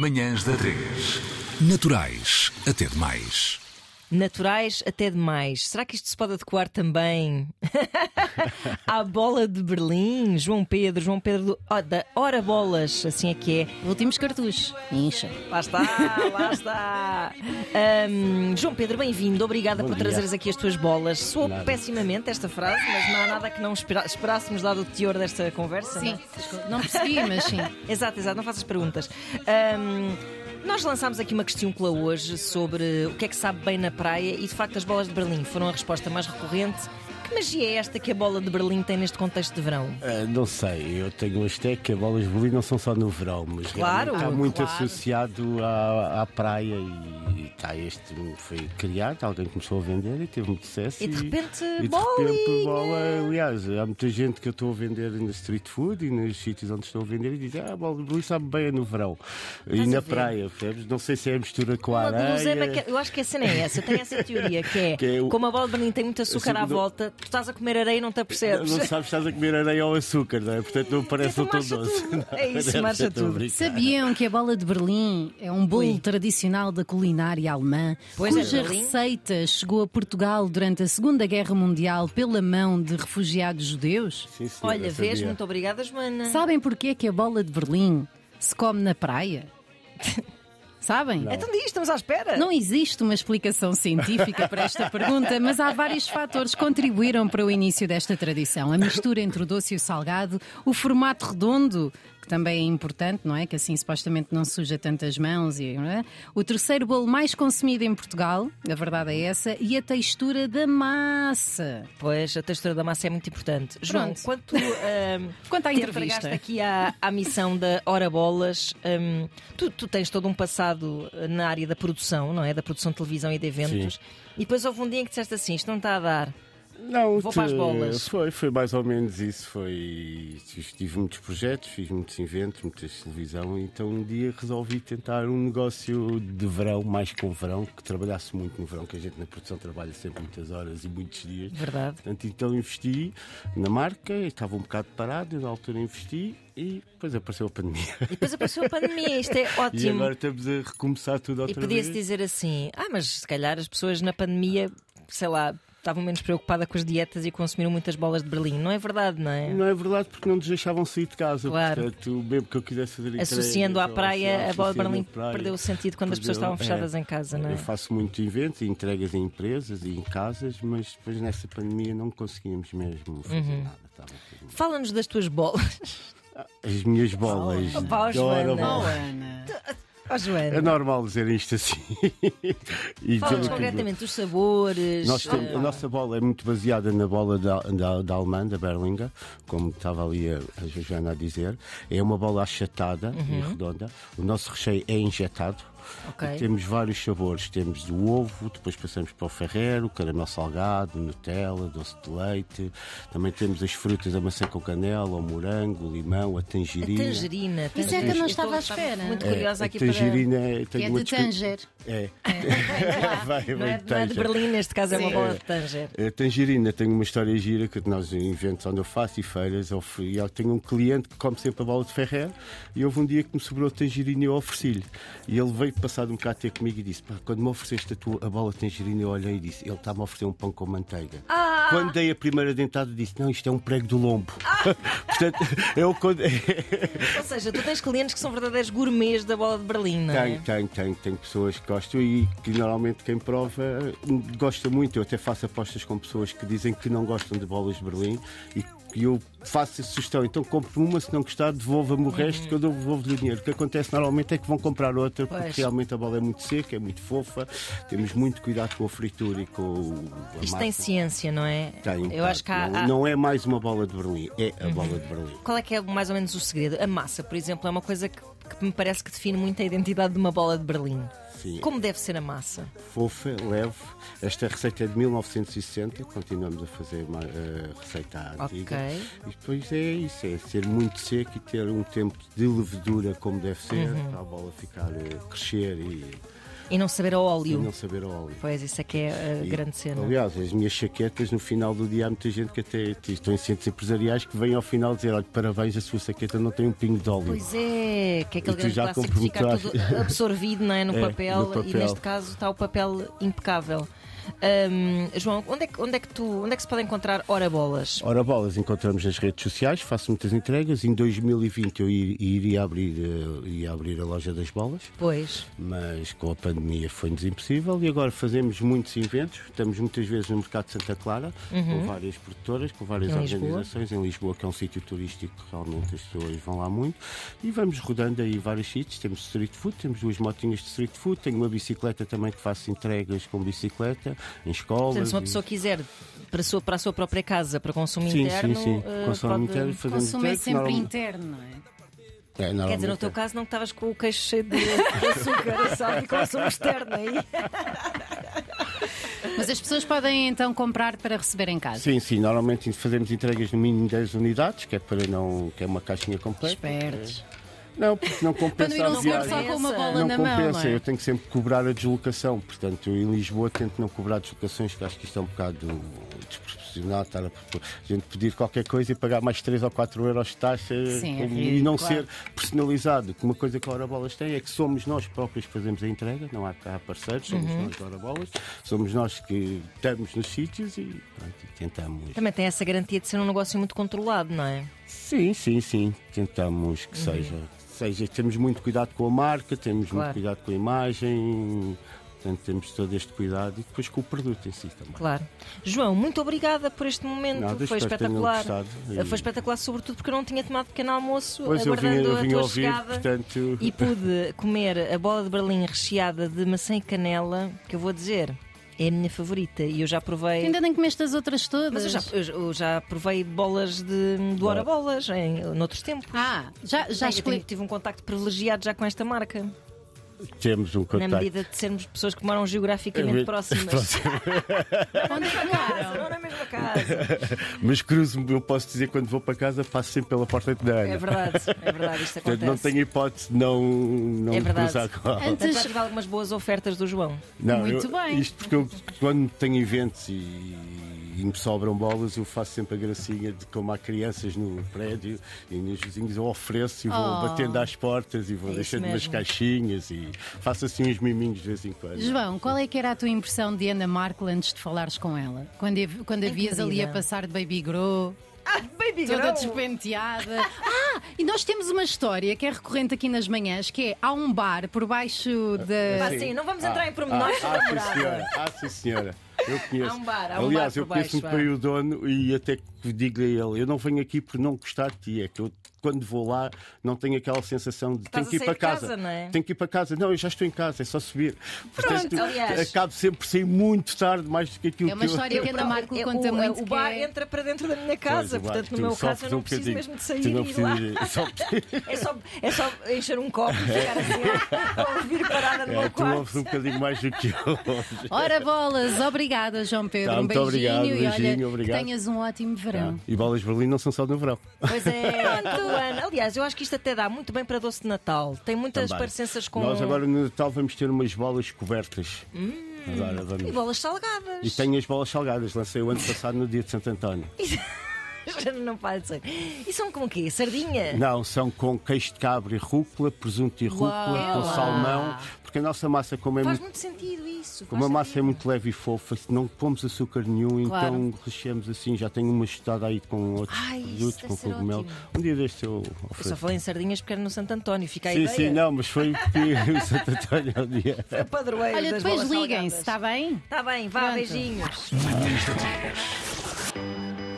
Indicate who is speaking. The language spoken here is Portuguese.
Speaker 1: Manhãs da 3. Naturais até demais.
Speaker 2: Naturais até demais. Será que isto se pode adequar também à bola de Berlim? João Pedro, João Pedro do- ó, da Hora Bolas, assim é que é.
Speaker 3: Últimos cartuchos. Incha.
Speaker 2: Lá está, lá está. Ahm, João Pedro, bem-vindo. Obrigada por trazeres aqui as tuas bolas. Soou pessimamente esta frase, mas não há nada que não espera- esperássemos dado o teor desta conversa. não é?
Speaker 3: Sim. Não percebi, mas sim.
Speaker 2: Exato, exato, não faças perguntas. Ahm, nós lançámos aqui uma questão hoje sobre o que é que sabe bem na praia e de facto as bolas de Berlim foram a resposta mais recorrente. Que magia é esta que a bola de Berlim tem neste contexto de verão?
Speaker 4: Ah, não sei, eu tenho um hashtag que as bolas de Berlim não são só no verão, mas
Speaker 2: Claro,
Speaker 4: realmente está muito
Speaker 2: claro.
Speaker 4: associado à, à praia e, e tá, este foi criado, alguém começou a vender e teve muito sucesso.
Speaker 2: E de repente,
Speaker 4: e de
Speaker 2: bolinha!
Speaker 4: repente bola, aliás, há muita gente que eu estou a vender na street food e nos sítios onde estou a vender e diz, ah, a bola de Berlim sabe bem é no verão e
Speaker 2: Estás a
Speaker 4: na
Speaker 2: ver?
Speaker 4: praia, percebes? Não sei se é a mistura com a
Speaker 2: Uma guloseima,
Speaker 4: areia.
Speaker 2: que- eu acho que a cena é essa, eu tenho essa teoria que é,
Speaker 4: Que é o-
Speaker 2: como a bola de Berlim tem muito açúcar
Speaker 4: Sim,
Speaker 2: à
Speaker 4: não-
Speaker 2: volta, tu estás a comer areia e não te
Speaker 4: Não,
Speaker 2: apercebes.
Speaker 4: não sabes se estás a comer areia ou açúcar, não é? Portanto, não parece
Speaker 2: Então
Speaker 4: um tão
Speaker 2: marcha
Speaker 4: doce.
Speaker 2: tudo.
Speaker 4: Não,
Speaker 2: É isso,
Speaker 4: deve
Speaker 2: marcha
Speaker 4: ser tão
Speaker 2: tudo.
Speaker 4: brincar.
Speaker 3: Sabiam que a bola de Berlim é um bolo
Speaker 2: Ui.
Speaker 3: tradicional da culinária alemã,
Speaker 2: Pois é,
Speaker 3: cuja
Speaker 2: Berlim.
Speaker 3: receita chegou a Portugal durante a Segunda Guerra Mundial pela mão de refugiados judeus?
Speaker 4: Sim, senhora,
Speaker 2: Olha, vês,
Speaker 4: sabia.
Speaker 2: muito obrigada, Joana.
Speaker 3: Sabem porquê que a bola de Berlim se come na praia? Sabem?
Speaker 2: Então diz, estamos à espera.
Speaker 3: Não existe uma explicação científica para esta pergunta, mas há vários fatores que contribuíram para o início desta tradição. A mistura entre o doce e o salgado, o formato redondo, que também é importante, não é? Que assim supostamente não suja tantas mãos. E, não é? O terceiro bolo mais consumido em Portugal, a verdade é essa, e a textura da massa.
Speaker 2: Pois, a textura da massa é muito importante. João,
Speaker 3: Pronto.
Speaker 2: quanto, ahm,
Speaker 3: Quanto à
Speaker 2: te
Speaker 3: entrevista.
Speaker 2: entregaste aqui à, à missão da Hora Bolas, ahm, tu, tu tens todo um passado eh, na área da produção, não é? Da produção de televisão e de eventos. E depois houve um dia em que disseste assim: isto não está a dar.
Speaker 4: Não,
Speaker 2: Vou para as bolas.
Speaker 4: Foi, foi mais ou menos isso. Foi, tive muitos projetos, fiz muitos inventos, muitas televisão, então um dia resolvi tentar um negócio de verão, mais com verão, que trabalhasse muito no verão, que a gente na produção trabalha sempre muitas horas e muitos dias.
Speaker 2: Verdade.
Speaker 4: Portanto, então investi na marca, estava um bocado parado, eu na altura investi e depois apareceu a pandemia.
Speaker 2: E depois apareceu a pandemia, isto é
Speaker 4: E
Speaker 2: ótimo.
Speaker 4: agora estamos a recomeçar tudo
Speaker 2: E
Speaker 4: outra vez.
Speaker 2: podia-se dizer assim: ah, mas se calhar as pessoas na pandemia, sei lá, estavam menos preocupadas com as dietas e consumiram muitas bolas de Berlim. Não é verdade, não é?
Speaker 4: Não é verdade porque não nos deixavam sair de casa.
Speaker 2: Claro.
Speaker 4: Portanto, mesmo que eu quisesse fazer
Speaker 2: Associando à
Speaker 4: entregas ou
Speaker 2: praia, a bola de
Speaker 4: associando à
Speaker 2: Berlim
Speaker 4: praia,
Speaker 2: perdeu o sentido quando as pessoas
Speaker 4: perdeu,
Speaker 2: estavam fechadas em casa, não é?
Speaker 4: Eu faço muito eventos, e entregas em empresas e em casas, mas depois nessa pandemia não conseguíamos mesmo fazer
Speaker 2: Uhum.
Speaker 4: nada. Estava tudo-
Speaker 2: Fala-nos das tuas bolas.
Speaker 4: As minhas bolas.
Speaker 2: Opa, ó,
Speaker 4: adoro
Speaker 2: Joana.
Speaker 4: bolas.
Speaker 3: Ana.
Speaker 2: Ó, Oh, Joana.
Speaker 4: É normal dizer isto assim. E
Speaker 2: Fala-nos
Speaker 4: dizer o que-
Speaker 2: concretamente dos sabores. oh,
Speaker 4: Nós temos- a nossa bola é muito baseada na bola da, da, da alemã, da Berlinga, como estava ali a, a Joana a dizer. É uma bola achatada e redonda. O nosso recheio é injetado.
Speaker 2: Uhum. Ok.
Speaker 4: E Temos vários sabores. Temos do ovo, depois passamos para o ferreiro, caramelo salgado, Nutella, doce de leite. Também temos as frutas, a maçã com canela, o morango, o limão, a
Speaker 2: A
Speaker 4: tangerina.
Speaker 2: É tangerina.
Speaker 3: Isso é que eu não estava à espera.
Speaker 2: Muito
Speaker 4: É,
Speaker 2: curiosa
Speaker 4: a
Speaker 2: aqui
Speaker 4: tangerina é,
Speaker 3: Que
Speaker 4: tenho
Speaker 3: é
Speaker 4: uma
Speaker 3: de
Speaker 4: discu-
Speaker 3: Tanger.
Speaker 4: É. Vai, vai
Speaker 2: para. Não é, não é
Speaker 4: de
Speaker 2: de
Speaker 4: Tanger.
Speaker 2: Berlim, neste caso é uma bola de Tanger.
Speaker 4: A tangerina Eh, tem uma história gira que nós em eventos onde eu faço e feiras eu fui- e eu tenho um cliente que come sempre a bola de ferrer e houve um dia que me sobrou tangerina e eu ofereci-lhe e ele veio passado um bocado ter comigo e disse "Pá, quando me ofereceste a, tua, a bola de tangerina eu olhei e disse ele está-me a oferecer um pão com manteiga quando dei a primeira dentada disse não isto é um prego do lombo portanto eu quando...
Speaker 2: Ou seja, tu tens clientes que são verdadeiros gourmets da bola de Berlim, não é?
Speaker 4: Tem, tem, tem, tem pessoas que gostam e que normalmente quem prova hum, gosta muito. Eu até faço apostas com pessoas que dizem que não gostam de bolas de Berlim e que eu faço a sugestão. Então compre uma, se não gostar, devolva-me o resto que eu dou- devolvo-lhe o dinheiro. O que acontece normalmente é que vão comprar outra porque
Speaker 2: Uhum. Pois.
Speaker 4: realmente a bola é muito seca, é muito fofa. Temos muito cuidado com a fritura e com o- a
Speaker 2: Isto
Speaker 4: massa.
Speaker 2: tem ciência, não é?
Speaker 4: Tem,
Speaker 2: Eu
Speaker 4: tem.
Speaker 2: acho que há,
Speaker 4: não,
Speaker 2: há-
Speaker 4: não é mais uma bola de Berlim, é a bola de Berlim.
Speaker 2: Qual é que é mais ou menos o segredo? A massa, por exemplo, é uma coisa que, que me parece que define muito a identidade de uma bola de Berlim.
Speaker 4: Sim. é
Speaker 2: Como deve ser a massa?
Speaker 4: fofa, leve. Esta receita é de 1960, continuamos a fazer uma eh, receita à
Speaker 2: Ok.
Speaker 4: antiga. E depois é isso, é ser muito seco e
Speaker 2: Uhum.
Speaker 4: ter um tempo de levedura como deve ser, para a bola ficar a eh, crescer e
Speaker 2: E não saber ao
Speaker 4: e
Speaker 2: óleo.
Speaker 4: não saber ao óleo.
Speaker 2: Pois, isso é que é a
Speaker 4: E,
Speaker 2: grande cena.
Speaker 4: Aliás, as minhas chaquetas, no final do dia, há muita gente que até até estão em centros empresariais que vem ao final dizer: olha, parabéns, a sua chaqueta não tem um pingo de óleo.
Speaker 2: Pois é, que é
Speaker 4: tu
Speaker 2: aquele grande
Speaker 4: já
Speaker 2: clássico de ficar tudo
Speaker 4: comprometaste.
Speaker 2: absorvido não é, no,
Speaker 4: É,
Speaker 2: papel,
Speaker 4: no
Speaker 2: e
Speaker 4: papel.
Speaker 2: neste caso está o papel impecável. Ahm, João, onde é, que, onde é que tu onde é que se pode encontrar ora bolas?
Speaker 4: Ora bolas, encontramos nas redes sociais, faço muitas entregas. Em 2020 eu ir- iria abrir, eh, ia abrir a loja das bolas,
Speaker 2: Pois,
Speaker 4: mas com a pandemia foi-nos impossível e agora fazemos muitos eventos. Estamos muitas vezes no mercado de Santa Clara, com várias produtoras, com várias
Speaker 2: Uhum. Em Lisboa.
Speaker 4: organizações em Lisboa, que é um sítio turístico que realmente as pessoas vão lá muito. E vamos rodando aí vários sítios. Temos street food, temos duas motinhas de street food, tenho uma bicicleta também que faço entregas com bicicleta em escolas.
Speaker 2: portanto, se uma
Speaker 4: e-
Speaker 2: pessoa quiser para a sua, para a sua própria casa, para consumo
Speaker 4: Sim,
Speaker 2: interno,
Speaker 4: sim, sim.
Speaker 2: eh,
Speaker 4: Consumo
Speaker 2: pode-
Speaker 4: interno, fazemos
Speaker 3: Consumo é
Speaker 4: entregas,
Speaker 3: sempre
Speaker 4: normal-
Speaker 3: interno, não é?
Speaker 4: É,
Speaker 2: Quer dizer, no
Speaker 4: normalmente
Speaker 2: teu caso não que estavas com o queixo cheio de de açúcar, sabe? E consumo externo aí.
Speaker 3: Mas as pessoas podem então comprar para receber em casa.
Speaker 4: Sim, sim, normalmente fazemos entregas no mínimo 10 unidades, que é para não. que é uma caixinha completa.
Speaker 3: Espertos.
Speaker 4: Não, porque não
Speaker 3: Para não
Speaker 4: compensa
Speaker 3: ir
Speaker 4: a
Speaker 3: ao centro só
Speaker 4: viagem.
Speaker 3: com uma
Speaker 2: Não
Speaker 3: bola
Speaker 4: Não
Speaker 3: na mão, não
Speaker 4: compensa,
Speaker 3: é?
Speaker 4: eu tenho que sempre cobrar a deslocação. Portanto, eu em Lisboa tento não cobrar deslocações, que acho que isto é um bocado desproporcional. Estar a, a gente pedir qualquer coisa e pagar mais 3 ou 4 euros de taxa
Speaker 3: Sim, é
Speaker 4: como-
Speaker 3: ridículo,
Speaker 4: e não
Speaker 3: claro.
Speaker 4: ser personalizado. Que uma coisa que a Hora Bolas tem é que somos nós próprios que fazemos a entrega, não há, há parceiros, somos
Speaker 3: Uhum.
Speaker 4: nós da Hora Bolas, somos nós que estamos nos sítios e, pronto, e tentamos.
Speaker 2: Também tem essa garantia de ser um negócio muito controlado, não é?
Speaker 4: Sim, sim, sim. Tentamos que seja. que seja. Temos muito cuidado com a marca, temos
Speaker 2: Claro.
Speaker 4: muito cuidado com a imagem, portanto, temos todo este cuidado e depois com o produto em si também.
Speaker 2: Claro. João, muito obrigada por este momento.
Speaker 4: Nada,
Speaker 2: Foi
Speaker 4: espero que tenham
Speaker 2: espetacular. Eh,
Speaker 4: gostado.
Speaker 2: Foi espetacular, sobretudo porque eu não tinha tomado pequeno almoço,
Speaker 4: Pois eu vim,
Speaker 2: aguardando
Speaker 4: eu vim
Speaker 2: a tua
Speaker 4: ouvir,
Speaker 2: chegada.
Speaker 4: portanto.
Speaker 2: E pude comer a bola de Berlim recheada de maçã e canela, que eu vou dizer, é a minha favorita. E eu já provei.
Speaker 3: Ainda nem comeste as outras todas.
Speaker 2: Mas eu já, eu, eu já provei bolas de, de hora bolas em noutros tempos.
Speaker 3: Ah, já, já
Speaker 2: Eu tenho-
Speaker 3: expliquei.
Speaker 2: tive um contacto privilegiado já com esta marca,
Speaker 4: Temos um
Speaker 2: na
Speaker 4: contacto.
Speaker 2: medida de sermos pessoas que moram geograficamente próximas. Ah,
Speaker 3: Onde é que moram?
Speaker 2: Não na mesma casa.
Speaker 4: Mas cruzo-me, eu posso dizer quando vou para casa, passo sempre pela porta da Ana.
Speaker 2: É verdade, é verdade, isto
Speaker 4: Portanto,
Speaker 2: acontece.
Speaker 4: não tenho hipótese de não, não
Speaker 2: É
Speaker 4: me
Speaker 2: verdade.
Speaker 4: cruzar com ela.
Speaker 3: Antes-
Speaker 2: Portanto, já tive algumas boas ofertas do João.
Speaker 4: Não,
Speaker 3: Muito
Speaker 4: eu-
Speaker 3: bem.
Speaker 4: Isto porque eu, quando tenho eventos e, e me sobram bolas, eu faço sempre a gracinha de como há crianças no prédio e nos vizinhos, eu ofereço e vou
Speaker 3: Oh.
Speaker 4: batendo às portas e vou
Speaker 2: É isso
Speaker 4: deixando umas
Speaker 2: mesmo.
Speaker 4: caixinhas e faço assim uns miminhos de vez em quando.
Speaker 3: João, qual é que era a tua impressão de Ana Markle antes de falares com ela? Quando, a- quando a
Speaker 2: que
Speaker 3: vias ali a
Speaker 2: medida?
Speaker 3: passar de Baby Grow,
Speaker 2: Ah, baby
Speaker 3: toda despenteada. ah, e nós temos uma história que é recorrente aqui nas manhãs, que é há um bar por baixo
Speaker 2: Ah,
Speaker 3: da.
Speaker 2: sim, não vamos entrar em pormenores
Speaker 4: Ah,
Speaker 2: sobre a
Speaker 4: ah, sim,
Speaker 2: morada.
Speaker 4: senhora. Ah, sim, senhora. Eu conheço.
Speaker 2: Há um bar, há um
Speaker 4: Aliás,
Speaker 2: bar
Speaker 4: eu
Speaker 2: por
Speaker 4: conheço
Speaker 2: baixo, é.
Speaker 4: muito bem o dono e até que digo a ele: eu não venho aqui por não gostar de ti. É que eu, quando vou lá, não tenho aquela sensação de
Speaker 2: Estás
Speaker 4: tenho
Speaker 2: a
Speaker 4: que ir
Speaker 2: sair
Speaker 4: para
Speaker 2: de
Speaker 4: casa.
Speaker 2: casa, não é?
Speaker 4: Tenho que ir para casa. Não, eu já estou em casa, é só subir. Portanto,
Speaker 2: aliás.
Speaker 4: acabo sempre por sair muito tarde, mais do que aquilo
Speaker 3: É uma
Speaker 4: que eu.
Speaker 3: história que Ana Marco
Speaker 2: É,
Speaker 3: conta
Speaker 2: o,
Speaker 3: muito.
Speaker 2: o
Speaker 3: que
Speaker 2: bar
Speaker 3: é-
Speaker 2: entra para dentro da minha
Speaker 4: Pois,
Speaker 2: casa,
Speaker 4: eu acho
Speaker 2: portanto,
Speaker 4: que
Speaker 2: no meu
Speaker 4: só
Speaker 2: caso, eu
Speaker 4: precisas
Speaker 2: não preciso mesmo
Speaker 4: um bocadinho.
Speaker 2: de
Speaker 4: Tu
Speaker 2: sair
Speaker 4: não
Speaker 2: e ir lá.
Speaker 4: precisas- só-
Speaker 2: É só, é só encher um copo e ficar assim, a ouvir parada no
Speaker 4: É,
Speaker 2: meu
Speaker 4: tu ouves
Speaker 2: quarto.
Speaker 4: um bocadinho mais do que eu.
Speaker 3: Ora bolas, obrigada João Pedro.
Speaker 4: Tá,
Speaker 3: um
Speaker 4: muito
Speaker 3: beijinho
Speaker 4: obrigado,
Speaker 3: e olha,
Speaker 4: beijinho,
Speaker 3: que
Speaker 4: obrigado.
Speaker 3: tenhas um ótimo
Speaker 2: Então.
Speaker 3: verão.
Speaker 4: E bolas de Berlim não são só no verão.
Speaker 2: Pois é, Ana. Aliás, eu acho que isto até dá muito bem para doce de Natal. Tem muitas
Speaker 4: Também.
Speaker 2: parecenças com. um- Hum.
Speaker 4: Nós agora no Natal vamos ter umas bolas cobertas. Agora vamos.
Speaker 2: E bolas salgadas.
Speaker 4: E tenho as bolas salgadas, lancei o ano passado no dia de Santo António.
Speaker 2: Não pode ser. E são com o quê? Sardinha?
Speaker 4: Não, são com queijo de cabra e rúcula, presunto e rúcula,
Speaker 3: Uau!
Speaker 4: com salmão, porque a nossa massa, como, é
Speaker 2: Faz
Speaker 4: muito,
Speaker 2: muito sentido isso.
Speaker 4: como a massa é muito leve e fofa, se não pomos açúcar nenhum,
Speaker 3: Claro.
Speaker 4: então recheamos assim. Já tenho uma chutada aí com outros
Speaker 2: Ai, isso
Speaker 4: produtos,
Speaker 2: deve
Speaker 4: com
Speaker 2: ser
Speaker 4: cogumelo.
Speaker 2: ótimo.
Speaker 4: Um dia deste eu
Speaker 2: Eu só
Speaker 4: ofereço.
Speaker 2: falei em sardinhas porque era no Santo António. Fica a
Speaker 4: Sim,
Speaker 2: ideia.
Speaker 4: sim, não, mas foi porque o Santo António é o dia.
Speaker 2: É padroeiro
Speaker 3: Olha,
Speaker 2: das
Speaker 3: depois
Speaker 2: bolas
Speaker 3: liguem-se, tá
Speaker 2: salgadas.
Speaker 3: está bem?
Speaker 2: Tá bem, vá,
Speaker 3: Pronto.
Speaker 2: beijinhos.
Speaker 1: Manhãs da 3.